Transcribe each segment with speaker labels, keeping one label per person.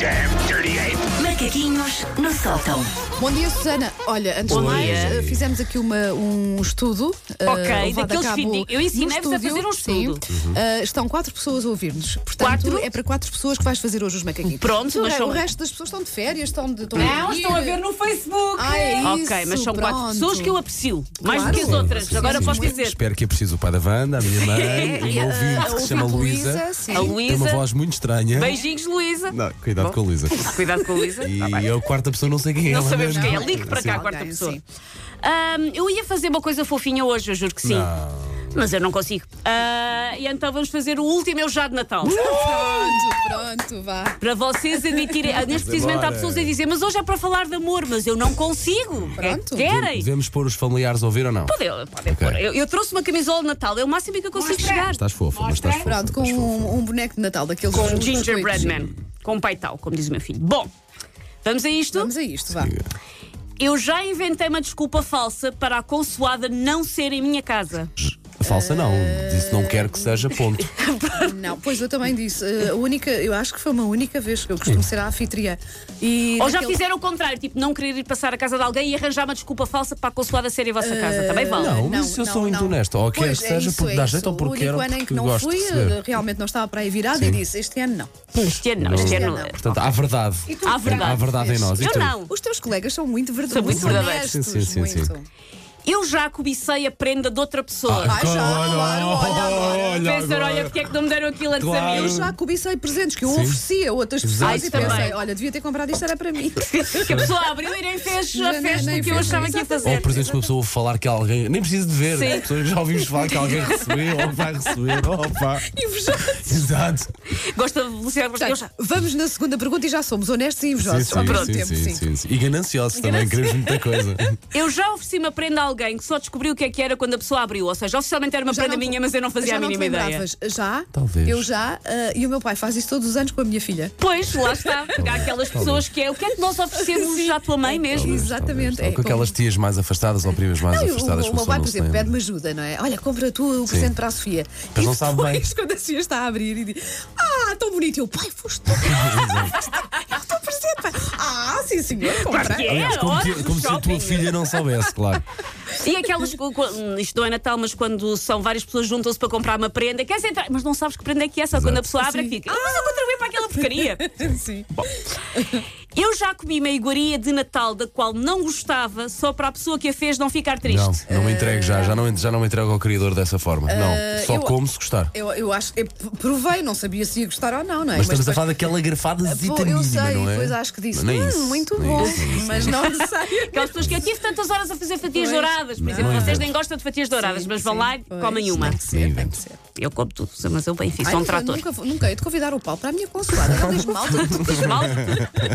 Speaker 1: damn dirty ape.
Speaker 2: Macaquinhos no sótão.
Speaker 3: Bom dia, Susana. Olha, antes de mais, eh, fizemos aqui uma- um estudo. eh,
Speaker 4: Ok,
Speaker 3: levado a
Speaker 4: daqueles
Speaker 3: cabo
Speaker 4: fidi- eu ensinei-vos
Speaker 3: no
Speaker 4: a fazer um
Speaker 3: sim.
Speaker 4: estudo.
Speaker 3: Eh, estão quatro pessoas a ouvir-nos. Portanto,
Speaker 4: Quatro?
Speaker 3: é para quatro pessoas que vais fazer hoje os macaquinhos.
Speaker 4: Pronto,
Speaker 3: o,
Speaker 4: mas
Speaker 3: re-
Speaker 4: são-
Speaker 3: o resto das pessoas estão de férias, estão de. Estão
Speaker 4: Não,
Speaker 3: ir.
Speaker 4: estão a ver no Facebook.
Speaker 3: Ah, é
Speaker 4: ok,
Speaker 3: isso,
Speaker 4: mas são quatro
Speaker 3: pronto.
Speaker 4: pessoas que eu aprecio. Mais do
Speaker 3: Claro.
Speaker 4: que as outras. Agora
Speaker 3: Sim,
Speaker 4: posso
Speaker 3: sim.
Speaker 4: dizer.
Speaker 5: Espero que aprecie o pai da Wanda, a minha mãe,
Speaker 4: E
Speaker 5: um
Speaker 4: a-
Speaker 5: ouvinte que se chama
Speaker 3: ouvinte
Speaker 5: Luísa.
Speaker 3: Luísa, sim.
Speaker 4: A
Speaker 5: Tem uma
Speaker 4: Luísa.
Speaker 5: voz muito estranha.
Speaker 4: Beijinhos, Luísa.
Speaker 5: Não, cuidado com a Luísa.
Speaker 4: Cuidado com a Luísa.
Speaker 5: E
Speaker 4: Tá bem.
Speaker 5: eu, a quarta pessoa, não sei quem é.
Speaker 4: Não
Speaker 5: ela,
Speaker 4: sabemos
Speaker 5: mas-
Speaker 4: quem é. Ligue para cá, a
Speaker 3: Sim.
Speaker 4: quarta
Speaker 3: Alguém,
Speaker 4: pessoa.
Speaker 3: sim.
Speaker 4: Ahm, eu ia fazer uma coisa fofinha hoje, eu juro que sim.
Speaker 5: Não.
Speaker 4: Mas eu não consigo. Ah, e então vamos fazer o último eu já de Natal.
Speaker 3: Pronto, pronto, vá.
Speaker 4: Para vocês admitirem. Ah, Neste preciso momento há
Speaker 5: embora.
Speaker 4: pessoas a dizer, mas hoje é para falar de amor, mas eu não consigo. É que
Speaker 3: Pronto.
Speaker 4: Querem?
Speaker 5: Devemos pôr os familiares a ouvir ou não?
Speaker 4: Podem, podem
Speaker 5: Ok. Tá.
Speaker 4: pôr. Eu, eu trouxe uma camisola de Natal, é o máximo que eu consigo chegar.
Speaker 5: Estás fofa, mas estás fofa.
Speaker 3: Pronto, com
Speaker 5: estás fofa.
Speaker 3: um, um boneco de Natal daqueles
Speaker 4: Com
Speaker 3: dos
Speaker 4: gingerbread
Speaker 3: biscoitos.
Speaker 4: man. Com paital, como diz o meu filho. Bom, vamos a isto.
Speaker 3: Vamos a isto, vá.
Speaker 4: Eu já inventei uma desculpa falsa para a consoada não ser em minha casa.
Speaker 5: Falsa não.
Speaker 4: Eh,
Speaker 5: Disse não quero que seja ponto.
Speaker 3: Não, pois eu também disse. eh, a única, eu acho que foi uma única vez que eu costumo ser a anfitriã. E
Speaker 4: Ou já
Speaker 3: daquele-
Speaker 4: fizeram o contrário, tipo, não querer ir passar a casa de alguém e arranjar uma desculpa falsa para a consoada ser em vossa
Speaker 3: Eh,
Speaker 4: casa. Também vale.
Speaker 5: Não, mas Ah, eu sou muito honesto. Ou quer
Speaker 3: Pois,
Speaker 5: que seja porque dá
Speaker 3: isso.
Speaker 5: jeito ou porque
Speaker 3: O
Speaker 5: quero ou
Speaker 3: único ano em que
Speaker 5: porque
Speaker 3: não
Speaker 5: gosto
Speaker 3: fui,
Speaker 5: de receber.
Speaker 3: realmente não estava para aí virado e disse: Este ano não.
Speaker 4: Este ano não, este ano não.
Speaker 5: Portanto, há verdade.
Speaker 3: E tu,
Speaker 4: Há
Speaker 3: Tiago,
Speaker 4: verdade.
Speaker 5: Há verdade em nós. E
Speaker 4: Eu
Speaker 5: tu?
Speaker 4: não.
Speaker 3: Os teus colegas são muito verdadeiros.
Speaker 4: São muito verdadeiros.
Speaker 3: honestos,
Speaker 5: Sim, sim, sim, sim.
Speaker 3: muito.
Speaker 4: Eu já cobicei a prenda de outra pessoa.
Speaker 3: Ah, já, claro, olha agora.
Speaker 4: Pensar, olha, porque é que não me deram aquilo antes a
Speaker 5: Claro.
Speaker 3: Eu
Speaker 4: mim?
Speaker 3: já cobicei presentes que eu
Speaker 5: Hum. Sim.
Speaker 3: oferecia a outras
Speaker 5: Exato.
Speaker 3: pessoas e
Speaker 4: Ai,
Speaker 3: pensei:
Speaker 4: também.
Speaker 3: Olha, devia ter comprado isto, era para mim.
Speaker 4: Que a pessoa abriu e nem fez
Speaker 3: Já
Speaker 4: a
Speaker 3: nem-
Speaker 4: festa
Speaker 3: nem
Speaker 4: que eu
Speaker 3: fez,
Speaker 4: achava que ia
Speaker 3: exatamente.
Speaker 4: fazer.
Speaker 5: Ou, por exemplo, uma pessoa ouve falar que alguém. Nem precisa de ver.
Speaker 4: Sim.
Speaker 5: As pessoas já ouvimos falar que alguém recebeu ou vai receber. Opa. Exato.
Speaker 4: Gosta de velocidade, gosta de- eu já-
Speaker 3: Portanto, vamos na segunda pergunta e já somos honestos e invejosos ao mesmo tempo. sim.
Speaker 5: sim. E gananciosos também, queremos muita coisa.
Speaker 4: Eu já ofereci uma prenda a alguém que só descobriu o que é que era quando a pessoa abriu. Ou seja, oficialmente era uma
Speaker 3: Já
Speaker 4: prenda
Speaker 3: não-
Speaker 4: minha, mas eu não fazia
Speaker 3: já
Speaker 4: a
Speaker 3: não te
Speaker 4: mínima ideia.
Speaker 3: lembravas. Já?
Speaker 5: Talvez.
Speaker 3: Eu já. eh, e o meu pai faz isso todos os anos com a minha filha.
Speaker 4: Pois, lá está. Há aquelas pessoas que é o que é que nós oferecemos à tua mãe mesmo.
Speaker 3: Exatamente.
Speaker 5: Ou com
Speaker 3: é,
Speaker 5: aquelas tias mais afastadas ou primas mais
Speaker 3: Não, e o-
Speaker 5: afastadas
Speaker 3: o,
Speaker 5: que
Speaker 3: meu pai,
Speaker 5: funcionam
Speaker 3: por exemplo,
Speaker 5: sempre.
Speaker 3: pede-me ajuda, não é? Olha, compra tu o presente para a Sofia.
Speaker 5: Mas
Speaker 3: e
Speaker 5: não
Speaker 3: depois,
Speaker 5: sabe bem.
Speaker 3: quando a Sofia está a abrir e diz: Ah, tão bonito. E eu, pai, foste tu. É o teu presente, pai. Ah, sim, senhor,
Speaker 4: que
Speaker 3: comprei.
Speaker 4: é.
Speaker 5: Aliás, como,
Speaker 4: horas
Speaker 5: que,
Speaker 4: de
Speaker 5: como se a
Speaker 4: shopping.
Speaker 5: tua filha não soubesse, claro.
Speaker 4: E aquelas. co- co- hum, Isto não é Natal, mas quando são várias pessoas juntam-se para comprar uma prenda, queres entrar? Mas não sabes que prenda é que é, só quando a pessoa abre
Speaker 3: Sim.
Speaker 4: aqui. Ah, mas eu contribuí para aquela porcaria.
Speaker 3: Sim.
Speaker 4: Eu já comi uma iguaria de Natal da qual não gostava, só para a pessoa que a fez não ficar triste.
Speaker 5: Não, não me entregue já, já não, já não me entrego ao criador dessa forma. não, só
Speaker 3: Ah, eu-
Speaker 5: como se gostar.
Speaker 3: Eu, eu acho eu provei, não sabia se ia gostar ou não, não é?
Speaker 5: Mas estamos a
Speaker 3: depois-
Speaker 5: falar daquela garfada
Speaker 3: Pô,
Speaker 5: zita
Speaker 3: Eu
Speaker 5: mínima,
Speaker 3: sei,
Speaker 5: não é?
Speaker 3: depois acho que disse:
Speaker 5: Nem
Speaker 3: "Hum,
Speaker 5: isso,
Speaker 3: muito
Speaker 5: nem
Speaker 3: bom,
Speaker 5: isso, nem isso,
Speaker 3: mas
Speaker 5: nem
Speaker 3: não sei.
Speaker 4: Aquelas pessoas que eu tive tantas horas a fazer
Speaker 3: Pois.
Speaker 4: fatias douradas, por exemplo,
Speaker 5: Não é
Speaker 4: vocês
Speaker 5: inventes.
Speaker 4: nem gostam de fatias douradas, mas vão
Speaker 3: Sim,
Speaker 4: lá e
Speaker 3: pois,
Speaker 4: comem uma.
Speaker 3: Tem que ser,
Speaker 5: Nem
Speaker 3: tem que
Speaker 5: invento.
Speaker 3: ser.
Speaker 4: Eu como tudo, mas eu bem fiz,
Speaker 3: Ai,
Speaker 4: sou um
Speaker 3: nunca-
Speaker 4: trator.
Speaker 3: Nunca, nunca, eu de convidar o Paulo para a minha consoada. Não diz mal, tu- tu-
Speaker 4: Mal.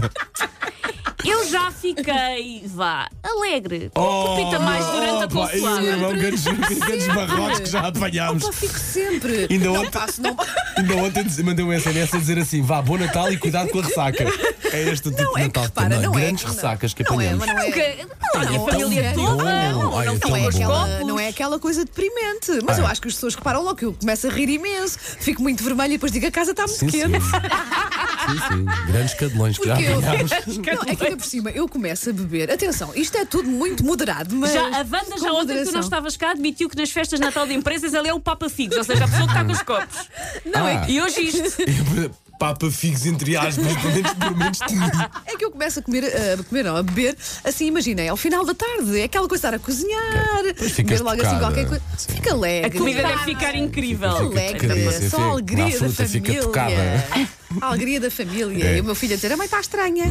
Speaker 4: Eu já fiquei, vá, alegre.
Speaker 5: Oh,
Speaker 4: Palpita mais durante a
Speaker 5: opa, isso mesmo,
Speaker 4: consoada.
Speaker 5: é um grande- grandes barrotes que já apanhámos.
Speaker 3: Pá, fico sempre.
Speaker 5: Ainda
Speaker 3: não
Speaker 5: ontem-
Speaker 3: passo, não
Speaker 5: Ainda ontem diz- mandei um SMS a dizer assim: vá, bom Natal e cuidado com a ressaca. É este o tipo
Speaker 3: Não,
Speaker 5: de
Speaker 3: é que
Speaker 5: Natal
Speaker 3: repara,
Speaker 5: também.
Speaker 3: não é
Speaker 5: Grandes
Speaker 3: que-
Speaker 5: ressacas que
Speaker 3: não é,
Speaker 5: apanhamos.
Speaker 3: mas não é.
Speaker 4: Nunca. Olha,
Speaker 3: Não,
Speaker 4: a família
Speaker 3: tão
Speaker 4: toda.
Speaker 5: bom.
Speaker 4: não,
Speaker 5: Olha,
Speaker 4: não
Speaker 5: tão
Speaker 3: Não é,
Speaker 4: tem os
Speaker 5: bom.
Speaker 3: aquela,
Speaker 4: copos.
Speaker 3: não é aquela coisa deprimente, mas
Speaker 5: Ah.
Speaker 3: eu acho que as pessoas reparam logo que eu começo a rir imenso, fico muito vermelha e depois digo a casa está muito
Speaker 5: Sim, sim.
Speaker 3: quente.
Speaker 5: Sim, sim. Grandes cadelões que já
Speaker 3: Porque eu-
Speaker 5: apanhámos.
Speaker 3: Não, é que ainda por cima eu começo a beber. Atenção, isto é tudo muito moderado, mas.
Speaker 4: Já, a Wanda
Speaker 3: com
Speaker 4: já ontem que tu não
Speaker 3: moderação.
Speaker 4: estavas cá admitiu que nas festas de Natal de empresas ele é o Papa Figos, ou seja, a pessoa que está com os copos.
Speaker 3: Não, é,
Speaker 5: Ah.
Speaker 4: E hoje isto.
Speaker 5: É Papa figos, entre aspas, pelo menos, pelo menos tinha.
Speaker 3: é que eu começo a comer, eh, a comer, não, a beber, assim, imaginem, ao final da tarde, é aquela coisa de estar a cozinhar,
Speaker 5: ficas
Speaker 3: beber logo assim
Speaker 5: tocada.
Speaker 3: qualquer coisa.
Speaker 5: Sim.
Speaker 3: Fica
Speaker 4: A
Speaker 3: alegre.
Speaker 4: comida deve ficar incrível.
Speaker 5: Fica
Speaker 3: alegre,
Speaker 5: tocadinha,
Speaker 3: só
Speaker 5: sim, fica.
Speaker 3: a alegria
Speaker 5: Dá a
Speaker 3: da
Speaker 5: fruta, fica
Speaker 3: família.
Speaker 5: tocada.
Speaker 3: A alegria da família.
Speaker 5: É.
Speaker 3: E o meu filho a dizer: a mãe está estranha.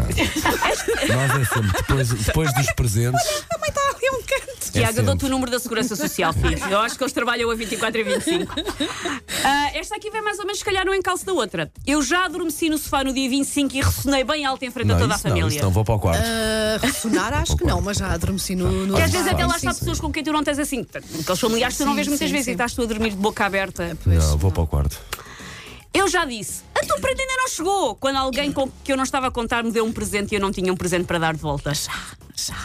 Speaker 5: Nós é sempre, depois, depois dos presentes.
Speaker 3: A mãe está ali a um canto.
Speaker 4: Tiago, eu
Speaker 5: sempre.
Speaker 4: dou-te o número da Segurança Social, filho. Eu acho que eles trabalham a 24 e 25. Ah, esta aqui vem mais ou menos, se calhar, no encalço da outra. Eu já adormeci no sofá no dia 25 e ressonei bem alto em frente a
Speaker 3: é
Speaker 5: Não,
Speaker 4: toda a
Speaker 5: isso não,
Speaker 4: família.
Speaker 5: isso não, vou para o quarto.
Speaker 3: Ah, ressonar, acho que não, mas já adormeci no. no
Speaker 4: Que
Speaker 5: Porque
Speaker 4: às vezes até lá
Speaker 5: Sim,
Speaker 4: está
Speaker 5: sim.
Speaker 4: pessoas com quem tu não tens assim. Aqueles familiares que tu não
Speaker 3: Sim,
Speaker 4: vês muitas
Speaker 3: sim,
Speaker 4: vezes
Speaker 3: sim.
Speaker 4: e estás tu a dormir de boca aberta.
Speaker 5: não, vou para o quarto.
Speaker 4: Eu já disse, a tua prenda ainda não chegou. Quando alguém com que eu não estava a contar me deu um presente e eu não tinha um presente para dar de volta. Já, já.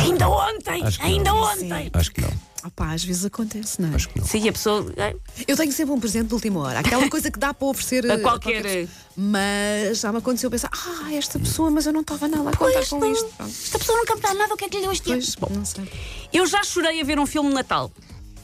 Speaker 4: Ainda ontem!
Speaker 5: Acho que
Speaker 4: ainda
Speaker 5: não.
Speaker 4: ontem!
Speaker 5: Acho que não.
Speaker 3: Opá, às vezes acontece, não é?
Speaker 5: Acho que não.
Speaker 4: Sim, a pessoa. é,
Speaker 3: Eu tenho sempre um presente de última hora, aquela coisa que dá para oferecer eh,
Speaker 4: A qualquer-
Speaker 3: pessoa. Mas já me aconteceu pensar, ah, esta
Speaker 5: Hum.
Speaker 3: pessoa, mas eu não estava nada a contar
Speaker 4: Pois
Speaker 3: com
Speaker 4: não.
Speaker 3: isto. Pronto,
Speaker 4: Esta pessoa nunca me dá nada, o que é que lhe deu este
Speaker 3: Pois,
Speaker 4: tempo? Bom,
Speaker 3: não sei.
Speaker 4: eu já chorei a ver um filme de Natal.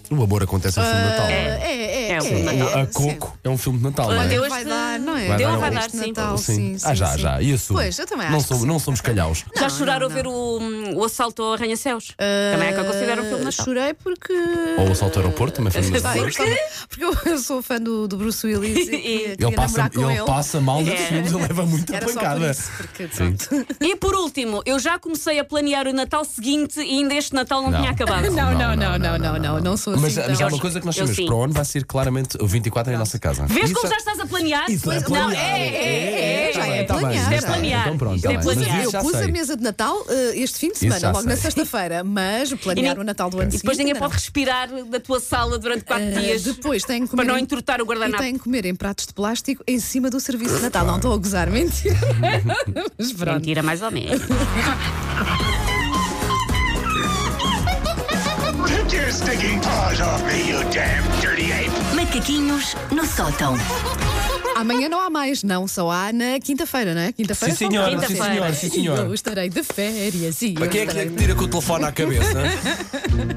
Speaker 5: O amor acontece no filme de Natal.
Speaker 3: É,
Speaker 5: não
Speaker 3: é, é.
Speaker 4: É o filme de
Speaker 5: é?
Speaker 4: Natal.
Speaker 5: a Coco é um filme de Natal, não
Speaker 4: Olha,
Speaker 5: é?
Speaker 4: eu-
Speaker 3: Vai
Speaker 4: Este-
Speaker 3: dar, não é?
Speaker 5: Vai dar, vai
Speaker 4: dar,
Speaker 3: este
Speaker 4: sim.
Speaker 3: Natal, Oh, sim, sim,
Speaker 5: ah, já,
Speaker 3: sim.
Speaker 5: já. E assumo.
Speaker 3: Pois, eu também
Speaker 5: não
Speaker 3: acho.
Speaker 5: somos,
Speaker 3: que sim.
Speaker 5: não somos calhaus.
Speaker 4: já
Speaker 3: Não,
Speaker 4: choraram
Speaker 3: não,
Speaker 4: a ver
Speaker 3: não.
Speaker 4: o, o assalto ao arranha-céus. Também é que eu considero um filme de
Speaker 3: Ah,
Speaker 4: Natal.
Speaker 3: Chorei porque.
Speaker 5: Ou o assalto ao aeroporto, também foi um
Speaker 4: Sim.
Speaker 3: Sim,
Speaker 5: filme de
Speaker 3: gostava- porque eu, eu sou fã do, do Bruce Willis e, e queria
Speaker 5: Ele passa,
Speaker 3: namorar com
Speaker 5: ele,
Speaker 3: ele.
Speaker 5: passa mal nos
Speaker 4: É.
Speaker 5: filmes, ele leva muita
Speaker 3: Era só por
Speaker 5: pancada.
Speaker 3: isso, porque, pronto.
Speaker 4: E por último, eu já comecei a planear o Natal seguinte e ainda este Natal não,
Speaker 5: Não.
Speaker 4: tinha acabado.
Speaker 3: Não, não, não, não, não, não, não sou assim.
Speaker 5: Mas, eh, mas há
Speaker 3: tão-
Speaker 5: uma coisa que nós
Speaker 4: Eu
Speaker 5: sabemos:
Speaker 4: sim.
Speaker 5: para o ano vai ser claramente o 24 é a nossa casa.
Speaker 4: Vês
Speaker 5: Isso
Speaker 4: como
Speaker 5: é-
Speaker 4: já estás a planear?
Speaker 5: Isso é
Speaker 4: não,
Speaker 5: planear.
Speaker 4: é, é, é.
Speaker 3: já
Speaker 5: bem,
Speaker 3: é
Speaker 5: tá bem,
Speaker 3: planear.
Speaker 5: já
Speaker 3: Isto é
Speaker 5: está.
Speaker 4: planear.
Speaker 5: Então pronto,
Speaker 4: Isto é
Speaker 5: tá bem. Mas
Speaker 4: planear.
Speaker 5: isso
Speaker 3: Eu
Speaker 5: já
Speaker 3: pus a
Speaker 5: sei.
Speaker 3: mesa de Natal eh, este fim de
Speaker 5: já
Speaker 3: semana, logo na
Speaker 5: sei.
Speaker 3: sexta-feira, mas planear
Speaker 4: nem-
Speaker 3: o Natal do ano
Speaker 4: E depois
Speaker 3: seguinte,
Speaker 4: ninguém
Speaker 3: não.
Speaker 4: pode respirar da tua sala durante quatro
Speaker 3: Eh,
Speaker 4: dias.
Speaker 3: Depois têm que
Speaker 4: Para
Speaker 3: comer.
Speaker 4: não
Speaker 3: em-
Speaker 4: entortar o
Speaker 3: E
Speaker 4: guardanapo.
Speaker 3: têm que comer em pratos de plástico em cima do serviço de Natal. Não estou a gozar, mentira. Mas pronto.
Speaker 4: Mentira, mais ou menos.
Speaker 1: Take your stinking paws off me, you damn dirty ape!
Speaker 2: Macaquinhos no sótão.
Speaker 3: Amanhã não há mais, não, só há na quinta-feira, não é? Quinta-feira.
Speaker 5: Sim,
Speaker 3: só
Speaker 5: senhora,
Speaker 3: há.
Speaker 4: sim, Quinta-feira. senhora,
Speaker 5: sim,
Speaker 3: E Eu
Speaker 5: senhora.
Speaker 3: estarei de férias. e eu
Speaker 5: Para quem é que
Speaker 3: estarei
Speaker 5: lhe tira com o telefone à cabeça?